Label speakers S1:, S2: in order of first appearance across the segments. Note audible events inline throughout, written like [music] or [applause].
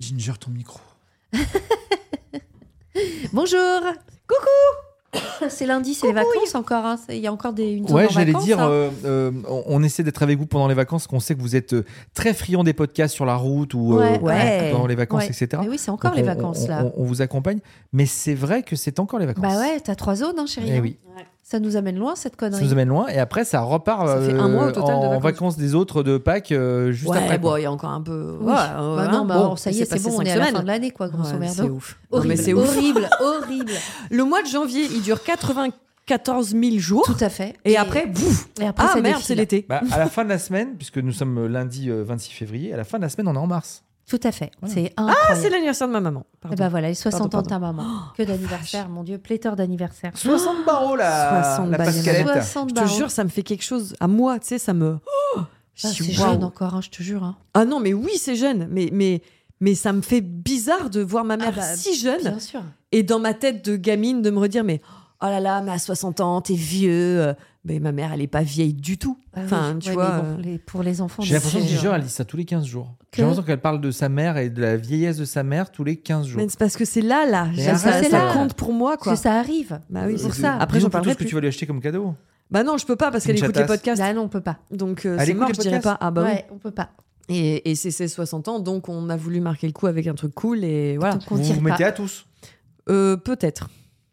S1: Ginger, ton micro.
S2: Bonjour Coucou [coughs] C'est lundi, c'est les vacances encore. hein. C'est- Il y a encore des, une zone
S1: Ouais,
S2: en
S1: j'allais
S2: vacances,
S1: dire,
S2: hein.
S1: euh, euh, on, on essaie d'être avec vous pendant les vacances, qu'on sait que vous êtes euh, très friand des podcasts sur la route ou euh,
S2: Ouais. Ouais.
S1: pendant les vacances,
S2: Ouais.
S1: etc.
S2: Mais oui, c'est encore
S1: Donc,
S2: les
S1: on-
S2: vacances,
S1: on-
S2: là.
S1: On, on vous accompagne, mais c'est vrai que c'est encore les vacances.
S2: Bah ouais, t'as trois zones, hein, chérie.
S1: Eh oui.
S2: Ça nous amène loin, cette
S1: Ça
S2: connerie.
S1: nous amène loin et après ça repart euh,
S3: Ça fait un mois au total de
S1: en
S3: vacances.
S1: des autres de Pâques euh, juste
S3: ouais,
S1: après.
S3: bon,
S1: quoi.
S3: il y a encore un peu.
S2: Oui.
S3: Ouais,
S2: Bah
S3: ouais,
S2: non,
S3: hein.
S2: bah
S3: Bon,
S2: alors, ça y est, c'est
S3: passé
S2: bon, on
S3: cinq
S2: est à la fin
S3: semaines.
S2: de l'année, quoi, grosso
S3: Ouais,
S2: merdo.
S3: C'est ouf. Non, mais
S2: Horrible,
S3: c'est ouf.
S2: horrible, [laughs] horrible.
S3: Le mois de janvier, il dure 94 000 jours.
S2: Tout à fait.
S3: Et après, bouf
S2: et après
S3: Ah
S2: ça
S3: merde,
S2: défile.
S3: c'est l'été.
S1: Bah, à la fin de la semaine, puisque nous sommes euh, lundi euh, 26 février, à la fin de la semaine, on est en mars.
S2: Tout à fait.
S1: Voilà.
S2: C'est Oh,
S3: Ah,
S2: incroyable.
S3: c'est l'anniversaire de ma maman. Pardon.
S2: Et bah voilà, les 60
S3: Pardon,
S2: ans de ta maman. que d'anniversaire, mon Dieu, pléthore d'anniversaires.
S1: 60 barreaux la,
S3: 60
S1: la
S3: balles,
S1: Pascalette.
S2: 60
S3: Je te
S2: barons.
S3: jure, ça me fait quelque chose à moi, tu sais, ça me. Oh
S2: Ah,
S3: Je
S2: c'est
S3: suis
S2: jeune
S3: waouh.
S2: encore, hein, je te jure. hein.
S3: Ah non, mais oui, c'est jeune, mais mais mais ça me fait bizarre de voir ma mère
S2: bah,
S3: si jeune
S2: Bien sûr.
S3: et dans ma tête de gamine de me redire mais oh là là, mais à 60 ans, t'es vieux. Euh, Mais ma mère, elle est pas vieille du tout.
S2: Ah oui.
S3: Enfin, tu
S2: Ouais,
S3: vois.
S2: mais bon,
S3: euh,
S2: les- pour les enfants.
S1: J'ai l'impression que
S2: c'est- euh,
S1: Ginger, elle lit ça tous les 15 jours.
S2: hein. Que
S1: J'ai l'impression qu'elle parle de sa mère et de la vieillesse de sa mère tous les 15 jours.
S3: mais c'est parce que c'est là là,
S1: Mais
S3: ça,
S1: arrête,
S3: ça-
S2: c'est
S3: ça
S2: là.
S3: compte pour moi
S2: Parce
S3: quoi.
S2: que ça arrive.
S3: Bah oui,
S2: C'est
S3: c'est
S2: pour
S3: ça.
S2: ça.
S3: Après j'en
S1: Euh, Dis-nous plutôt
S3: parlerai
S1: ce que
S3: plus.
S1: tu vas lui acheter comme cadeau.
S3: Bah non, je peux pas parce
S1: Une
S3: qu'elle écoute les
S1: chatasse.
S3: podcasts.
S2: Là, non, on peut pas.
S3: Donc euh,
S1: Elle
S3: c'est
S1: écoute
S3: mort,
S1: les
S3: je dirais pas.
S1: podcasts
S3: Ah bah oui.
S2: ouais, on peut pas.
S3: Et, et c'est ses 60 ans, donc on a voulu marquer le coup avec un truc cool et voilà.
S2: Donc on
S1: Vous
S2: tire
S1: vous
S2: pas.
S1: mettez à tous.
S3: Euh, peut-être.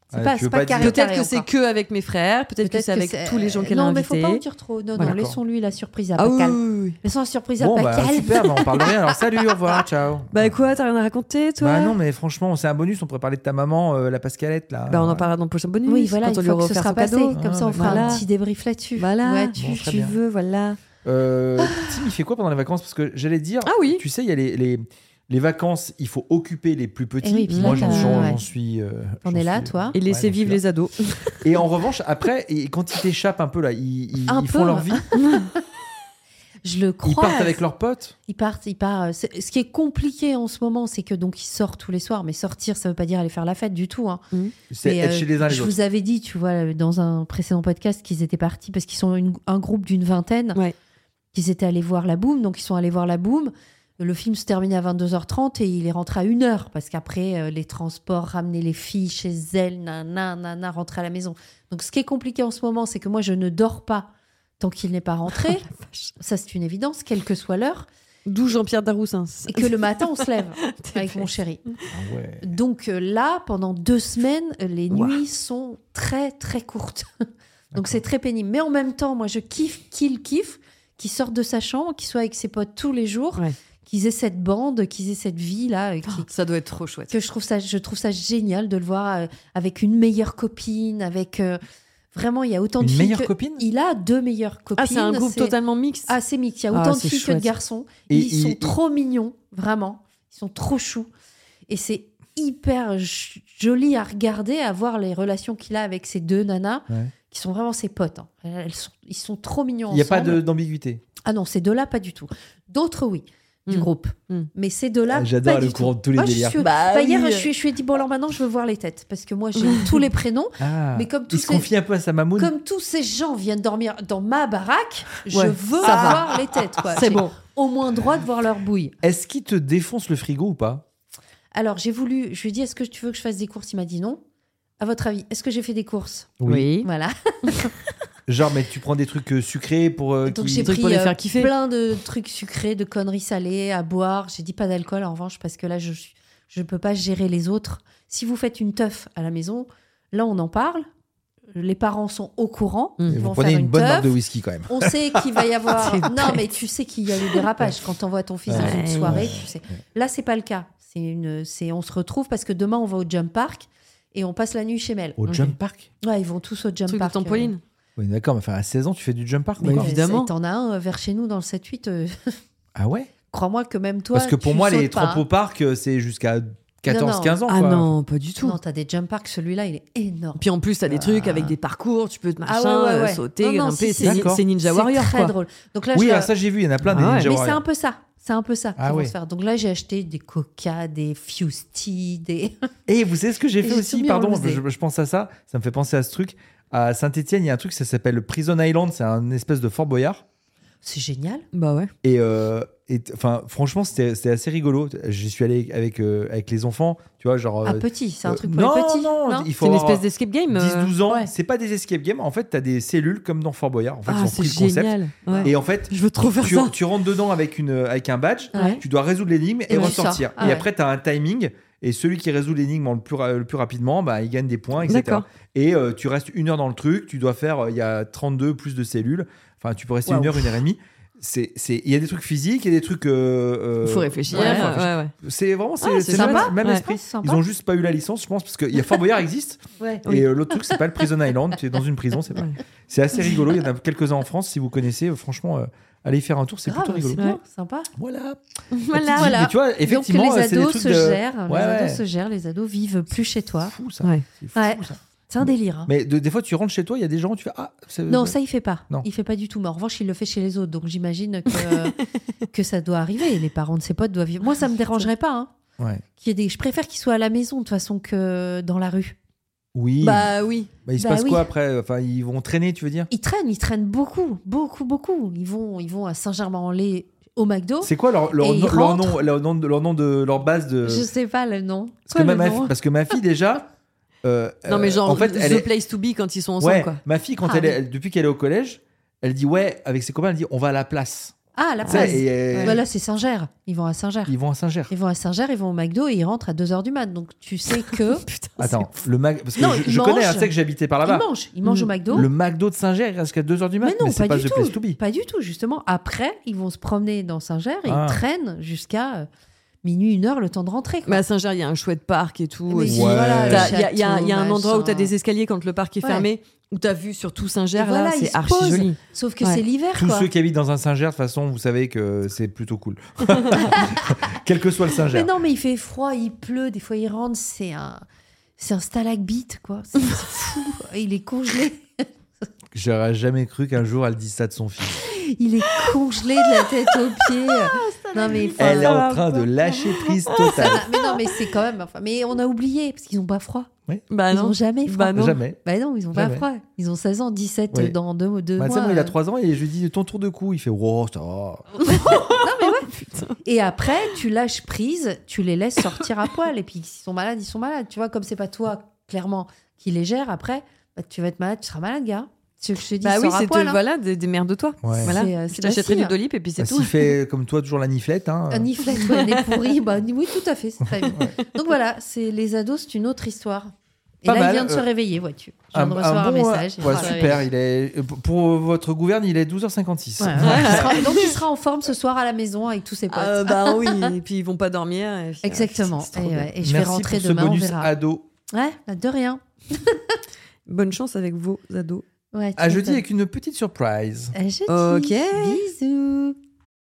S2: C'est
S1: Ah,
S2: pas,
S1: tu
S2: c'est
S1: veux
S2: pas
S1: pas dire.
S2: carré,
S3: Peut-être
S2: carré
S3: que c'est
S2: encore.
S3: que avec mes frères, peut-être que
S2: Peut-être
S3: c'est avec
S2: c'est-
S3: tous les gens qu'elle a
S2: Non, mais faut
S3: invités.
S2: pas en dire trop. Non,
S1: Ouais,
S2: non,
S1: d'accord.
S2: laissons-lui la surprise à
S3: ah oui,
S2: Pascal.
S3: oui, oui.
S2: Laissons la surprise à
S1: Bon, bah,
S2: Pascal.
S1: super, bah, on parle de rien. Alors, salut, au revoir, ciao.
S3: Bah quoi, t'as rien à raconter toi
S1: Bah non, mais franchement, c'est un bonus. On pourrait parler de ta maman, euh, la Pascalette, là.
S3: Bah, on en parlera dans le prochain bonus.
S2: [laughs] Oui, voilà,
S3: quand on
S2: il
S3: lui
S2: faut que ce
S3: refait
S2: sera
S3: son
S2: passé.
S3: cadeau.
S2: Comme
S1: Ah,
S2: ça, on
S1: mais
S2: fera
S3: voilà.
S2: un petit débrief là-dessus.
S3: Voilà.
S2: Ouais, tu,
S1: Bon, très
S2: tu
S1: bien.
S2: veux, voilà.
S1: Euh, Tim, il fait quoi pendant les vacances Parce que j'allais dire,
S3: Ah oui.
S1: tu sais, il y a les, les, les vacances, il faut occuper les plus petits.
S2: Eh oui, puis
S1: Moi,
S2: là,
S1: j'en
S2: t'as-
S1: j'en-
S2: ouais.
S1: j'en suis. euh,
S2: T'en
S1: j'en
S2: es là,
S1: suis-
S2: toi
S3: Et laisser
S1: Ouais,
S3: vivre
S1: j'en suis
S3: les ados. [laughs]
S1: là. Et en revanche, après, et quand ils t'échappent un peu, là, ils, ils-
S2: Un
S1: ils
S2: peu.
S1: font leur vie.
S2: Je le
S1: Ils
S2: crois.
S1: partent avec leurs potes.
S2: Ils partent, ils partent. C'est- Ce qui est compliqué en ce moment, c'est que donc ils sortent tous les soirs, mais sortir, ça veut pas dire aller faire la fête du tout. hein.
S1: C'est
S2: Mais,
S1: être
S2: euh,
S1: chez les uns les
S2: je
S1: autres.
S2: vous avais dit, tu vois, dans un précédent podcast, qu'ils étaient partis parce qu'ils sont une- un groupe d'une vingtaine,
S3: Ouais.
S2: qu'ils étaient allés voir La Boom, donc ils sont allés voir La Boom. Le film se termine à 22h30 et il est rentré à 1h parce qu'après, euh, les transports, ramener les filles chez elles, nanana, nanana, rentrer à la maison. Donc ce qui est compliqué en ce moment, c'est que moi, je ne dors pas tant qu'il n'est pas rentré. Ça, c'est une évidence, quelle que soit l'heure.
S3: D'où Jean-Pierre Daroussin.
S2: Et que le matin, on se lève avec mon chéri.
S1: Ah ouais.
S2: Donc euh, là, pendant deux semaines, euh, les
S3: Ouah.
S2: nuits sont très très courtes. [laughs]
S1: D'accord.
S2: Donc c'est très pénible. Mais en même temps, moi je kiffe qu'il kiffe, qu'il sorte de sa chambre, qu'il soit avec ses potes tous les jours,
S3: Ouais. Oh.
S2: qu'ils aient cette bande, qu'ils aient cette vie là. euh, qui-
S3: Ah, Ça doit être trop chouette.
S2: que je trouve ça, je trouve ça génial de le voir euh, avec une meilleure copine, avec euh, vraiment il y a autant de
S1: Une
S2: filles.
S1: meilleure
S2: que-
S1: copine
S2: Il a deux meilleures copines.
S3: Ah, c'est un groupe totalement mixte.
S2: Ah, c'est mixte. Il y a
S3: Ah,
S2: autant de
S3: c'est
S2: filles que
S3: chouette.
S2: de garçons.
S1: Et
S2: ils
S1: il-
S2: sont
S1: il-
S2: trop mignons, vraiment. Ils sont trop choux. Et c'est hyper j- joli à regarder, à voir les relations qu'il a avec ces deux nanas,
S1: Ouais.
S2: qui sont vraiment ses potes. hein. Elles sont, ils sont trop mignons
S1: Il n'y a pas
S2: ensemble.
S1: de- d'ambiguïté.
S2: Ah non, ces deux-là, pas du tout. D'autres, oui, du
S3: Mm.
S2: groupe.
S3: Mm.
S2: Mais ces deux-là,
S1: Ah, J'adore
S2: pas
S1: le
S2: du
S1: courant
S2: tout.
S1: de tous les
S2: Moi, je
S1: délires.
S2: suis-
S3: Bah
S2: bah, hier,
S3: oui.
S2: je suis, je suis dit, bon, alors maintenant, je veux voir les têtes. Parce que moi, j'ai [laughs] tous les prénoms.
S1: Ah.
S2: Mais comme
S1: il
S2: tous
S1: se
S2: ces-
S1: confie un peu à sa mamoune.
S2: Comme tous ces gens viennent dormir dans ma baraque, je
S3: Ouais,
S2: veux
S3: ça va.
S2: avoir les têtes. quoi.
S3: C'est
S2: J'ai
S3: bon.
S2: Au moins droit de voir leur bouille.
S1: Est-ce qu'il te défonce le frigo ou pas
S2: Alors, j'ai voulu, je lui ai dit, est-ce que tu veux que je fasse des courses Il m'a dit non. À votre avis, est-ce que j'ai fait des courses Voilà.
S1: Genre, mais tu prends des trucs euh, sucrés pour. euh,
S2: Donc,
S1: qui-
S2: j'ai
S3: trucs
S2: pris
S3: pour les
S2: euh,
S3: faire kiffer.
S2: plein de trucs sucrés, de conneries salées à boire. J'ai dit pas d'alcool en revanche, parce que là, je suis- je peux pas gérer les autres. Si vous faites une teuf à la maison, là, on en parle. Les parents sont au courant.
S3: Mm.
S2: Ils
S1: Et
S2: vont
S1: Vous
S2: faire
S1: prenez une
S2: une
S1: bonne marque
S2: teuf.
S1: de whisky quand même.
S2: On sait qu'il
S3: [laughs]
S2: va y avoir.
S3: C'est
S2: non, mais tu sais qu'il y a des dérapages quand t'envoies ton fils dans
S3: Ouais.
S2: une soirée. Tu sais. Là, c'est pas le cas. C'est une, c'est on se retrouve parce que demain on va au jump park et on passe la nuit chez Mel.
S1: Au
S3: Ok.
S1: jump park
S2: Ouais, ils vont tous au jump
S3: Truc de
S2: park.
S3: trampoline.
S1: Oui, d'accord, mais enfin, à 16 ans, tu fais du jump park
S2: euh,
S3: Bah,
S1: quoi.
S2: ouais,
S3: évidemment.
S2: c'est- T'en as un euh, vers chez nous dans le 7-8. euh,
S1: Ah ouais
S2: [laughs] crois-moi que même toi.
S1: Parce que pour
S2: tu
S1: moi, les
S2: sautes pas, hein.
S1: trampoparks parcs, euh, c'est jusqu'à 14-15 ans.
S3: Ah
S1: quoi.
S3: non, pas du tout.
S2: Non, t'as des jump parks, celui-là, il est énorme.
S3: Puis en plus, t'as des trucs avec des parcours, tu peux te
S2: Ah
S3: machin,
S2: ouais, ouais,
S3: euh,
S2: ouais.
S3: sauter,
S2: Non, non, si,
S3: grimper. C'est
S1: si.
S3: Ni- c'est Ninja
S2: C'est
S3: Warrior,
S2: très
S3: quoi.
S2: drôle. Donc là,
S1: Oui,
S2: je
S1: ah, ça j'ai vu, il y en a plein des
S3: Ah ouais.
S1: Ninja
S2: Mais c'est
S1: Warriors.
S2: un peu ça. C'est un peu ça qu'ils
S1: Ah
S2: vont
S1: ouais.
S2: se faire. Donc là, j'ai acheté des coca, des fusti, des.
S1: Et vous savez ce que j'ai
S2: Et
S1: fait
S2: j'ai
S1: aussi
S2: tout mis en
S1: Pardon,
S2: loose day.
S1: je, je pense à ça. Ça me fait penser à ce truc. À Saint-Etienne, il y a un truc, ça s'appelle Prison Island. C'est un espèce de Fort Boyard.
S2: C'est génial.
S3: Bah ouais.
S1: Et, euh, et t- enfin, franchement, c'était c'était assez rigolo. J'y suis allé avec, euh, avec les enfants. Tu vois, genre.
S2: Ah,
S1: euh,
S2: petit, c'est
S1: euh,
S2: un truc pour les
S1: non,
S2: petits.
S1: non, il faut
S3: C'est une
S1: avoir
S3: espèce d'escape game. euh.
S1: 10-12 ans.
S3: Ouais.
S1: C'est pas des escape games. En fait, t'as des cellules comme dans Fort Boyard. En fait, ils
S3: Ah,
S1: ont
S3: c'est
S1: pris le concept.
S3: génial. Ouais.
S1: Et en fait,
S3: Je veux trop faire
S1: tu,
S3: ça.
S1: tu rentres dedans avec, une, avec un badge,
S2: Ouais.
S1: tu dois résoudre l'énigme et,
S2: Et tu
S1: ressortir.
S2: sors. Ah
S1: et
S2: ouais.
S1: après, tu as un timing. Et celui qui résout l'énigme en le plus, ra- le plus rapidement, bah, il gagne des points, etc.
S3: D'accord.
S1: Et euh, tu restes une heure dans le truc, tu dois faire, euh, il y a 32 plus de cellules. Enfin, tu peux rester une heure, une heure et demie. C'est, c'est- il y a des trucs physiques, il y a des trucs. euh, euh,
S3: Il faut réfléchir.
S1: ouais,
S3: Ouais,
S1: faut
S3: ouais,
S1: réfléchir.
S3: ouais.
S1: C'est vraiment c'est,
S3: Ah,
S1: c'est
S3: c'est
S1: le même-
S3: sympa.
S1: même
S3: Ouais.
S1: esprit.
S2: Ah, c'est sympa.
S1: Ils ont juste pas eu la licence, je pense, parce que il y a Fort Boyard existe.
S2: Ouais.
S3: Oui.
S1: Et euh, l'autre truc s'appelle
S2: [laughs]
S1: Prison Island. Tu es dans une prison, c'est pas. C'est assez rigolo. Il y en a quelques-uns en France. Si vous connaissez, euh, franchement, euh, allez y faire un tour. C'est
S2: Grave,
S1: plutôt rigolo.
S2: c'est bien, sympa.
S1: Voilà.
S2: Voilà,
S1: Petite-
S2: voilà.
S1: Mais tu vois, effectivement,
S2: Donc les
S1: euh, c'est des
S2: ados
S1: trucs
S2: se
S1: de-
S2: gèrent,
S1: Ouais,
S2: les ados
S1: ouais.
S2: se gèrent, les ados vivent plus chez toi.
S1: Fou ça.
S3: Ouais.
S1: C'est fou,
S2: Ouais.
S1: ça.
S2: C'est un délire. hein.
S1: Mais de- des fois, tu rentres chez toi, il y a des gens, tu fais ah. c'est-
S2: Non, ça il fait pas.
S1: Non.
S2: Il fait pas du tout. Mais en revanche, il le fait chez les autres. Donc j'imagine [laughs] que, que ça doit arriver. Les parents de ses potes doivent vivre. Moi, ça me dérangerait pas. hein,
S1: Ouais.
S2: qu'il y ait des... Je préfère qu'ils soient à la maison de toute façon que dans la rue.
S1: Oui.
S3: Bah oui.
S1: Bah, il se
S2: bah
S1: passe quoi
S2: oui.
S1: après Enfin, ils vont traîner, tu veux dire
S2: Ils traînent, ils traînent beaucoup, beaucoup, beaucoup. Ils vont, ils vont à Saint-Germain-en-Laye au McDo.
S1: C'est quoi leur, leur,
S2: Oh. Et ils
S1: nom- leur
S2: rentrent.
S1: nom, leur nom, de- leur nom de leur base de
S2: Je sais pas le nom.
S1: parce,
S2: Quoi,
S1: que ma-
S2: le
S1: ma,
S2: nom
S1: parce que ma fille déjà. euh,
S3: Non, mais
S1: euh,
S3: genre,
S1: en fait,
S3: The
S1: elle est-
S3: Place to Be quand ils sont ensemble,
S1: ouais,
S3: quoi.
S1: ma fille quand
S2: Ah
S1: elle, est-
S2: oui.
S1: elle- depuis qu'elle est au collège, elle dit ouais avec ses copains, elle dit on va à la place.
S2: Ah, la
S1: Tu sais,
S2: place.
S1: et, euh,
S2: Bah là, c'est Saint-Ger. Ils vont à Saint-Ger.
S1: Ils vont à Saint-Ger.
S2: Ils vont à Saint-Ger, ils vont au McDo et ils rentrent à 2h du mat. Donc tu sais
S3: [laughs]
S2: que.
S3: Putain,
S1: Attends, le mag... parce que
S2: Non,
S1: je,
S2: ils
S1: je connais,
S2: mangent.
S1: hein, tu sais que j'habitais par là-bas.
S2: Ils mangent. Ils mangent au
S3: Mm.
S2: McDo.
S1: Le McDo de Saint-Ger il reste jusqu'à 2h du matin.
S2: Mais non,
S1: c'est
S2: pas,
S1: pas
S2: du
S1: The
S2: tout.
S1: Place to Be.
S2: Pas du tout, justement. Après, ils vont se promener dans Saint-Ger et
S1: Ah.
S2: ils traînent jusqu'à euh, minuit, une heure, le temps de rentrer.
S3: Mais
S2: quoi.
S3: à Saint-Germain, il y a un chouette parc et tout.
S2: Mais
S3: aussi.
S2: si, voilà, le
S3: T'as- Il y a, il y a- il y a un
S2: château,
S3: endroit où tu as
S2: machin.
S3: des escaliers quand le parc est
S2: Ouais.
S3: fermé, où tu as vu sur tout Saint-Germain,
S2: Et voilà,
S3: là,
S2: ils
S3: c'est
S2: se
S3: archi
S2: posent.
S3: joli.
S2: Sauf que
S3: Ouais.
S2: c'est l'hiver,
S1: Tous
S2: quoi.
S1: ceux qui habitent dans un Saint-Ger, de toute façon, vous savez que c'est plutôt
S2: [laughs]
S1: cool. [laughs] Quel que soit le
S2: Mais
S1: Saint-Ger.
S2: non, mais il fait froid, il pleut, des fois ils rentrent, c'est un, c'est un stalagmite, quoi. C'est c'est fou, il est
S3: [laughs]
S2: congelé.
S1: J'aurais jamais cru qu'un jour elle dise ça de son fils.
S2: Il est congelé de la tête aux
S3: Ah,
S2: pieds. non, mais, enfin,
S1: Elle est
S3: va
S1: en train de lâcher
S2: [laughs]
S1: prise totale.
S2: mais non, mais c'est quand même. enfin, mais on a oublié, parce qu'ils n'ont pas froid.
S3: Bah
S2: Ils
S3: non.
S2: n'ont jamais froid.
S3: Bah non.
S1: Jamais.
S2: Bah non, ils ont pas
S1: Jamais.
S2: froid. Ils ont 16 ans, 17
S1: Oui.
S2: dans deux, deux
S1: Ma
S2: mois.
S1: il a
S2: euh.
S1: 3 ans et je lui dis ton tour de cou. Il fait wow, ça va.
S2: Et après, tu lâches prise, tu les laisses sortir à poil. Et puis, s'ils sont malades, ils sont malades. Tu vois, comme c'est pas toi, clairement, qui les gère, après, bah, tu vas être malade, tu seras malade, gars. C'est ce que je te dis,
S3: Bah oui,
S2: sors à
S3: c'est
S2: poil,
S3: de-
S2: hein.
S3: voilà, des, des mères de toi.
S1: Ouais.
S3: Voilà.
S2: C'est, euh,
S3: Je
S2: c'est Euh,
S3: t'achèterai
S2: facile.
S3: du Dolip et puis c'est
S1: Bah,
S3: tout.
S1: S'il fait comme toi, toujours la niflette. Hein,
S2: Un iflet, ouais, le nez
S1: [laughs]
S2: pourri, bah, oui, tout à fait, c'est très bien. Donc voilà, c'est les ados, c'est une autre histoire. Et
S1: Pas
S2: là,
S1: mal,
S2: il vient de se
S1: euh,
S2: réveiller, vois-tu. Je
S1: un-
S2: viens de recevoir
S1: un
S2: un,
S1: bon, euh,
S2: message. Ah, il
S1: ouais,
S2: vient de se
S1: super.
S2: réveiller.
S1: Il est, pour votre gouverne, il est 12h56.
S2: Ouais, ouais. Il sera- donc il sera en forme ce soir à la maison avec tous ses potes.
S3: Ah, bah oui, [laughs] et puis ils vont pas dormir. et puis, ah,
S2: Exactement.
S3: c'est
S2: Et,
S3: trop bien.
S2: ouais, et je vais
S1: Merci
S2: rentrer
S1: pour
S2: demain,
S1: ce
S2: on
S1: bonus
S2: verra.
S1: ado.
S2: Ouais, bah, de rien.
S3: Bonne chance avec vos ados.
S2: Ouais, tu
S1: À jeudi
S2: m'étonnes.
S1: avec une petite surprise.
S2: À jeudi.
S3: Ok.
S2: Bisous.